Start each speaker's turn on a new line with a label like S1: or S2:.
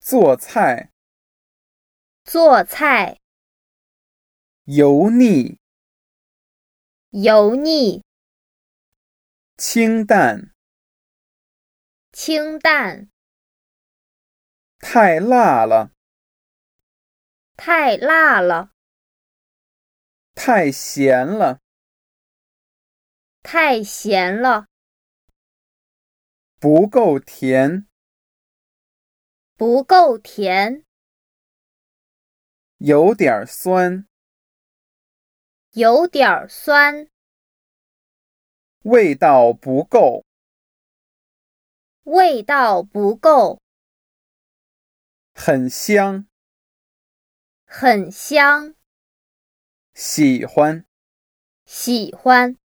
S1: 做菜、
S2: 做菜、
S1: 油腻、
S2: 油腻、
S1: 清淡、
S2: 清淡、
S1: 太辣了、
S2: 太辣了、
S1: 太咸了、
S2: 太咸了、
S1: 不够甜、
S2: 不够甜、
S1: 有点儿酸、
S2: 有点儿酸、
S1: 味道不够、
S2: 味道不够、
S1: 很香、
S2: 很香、
S1: 喜欢。
S2: 喜欢。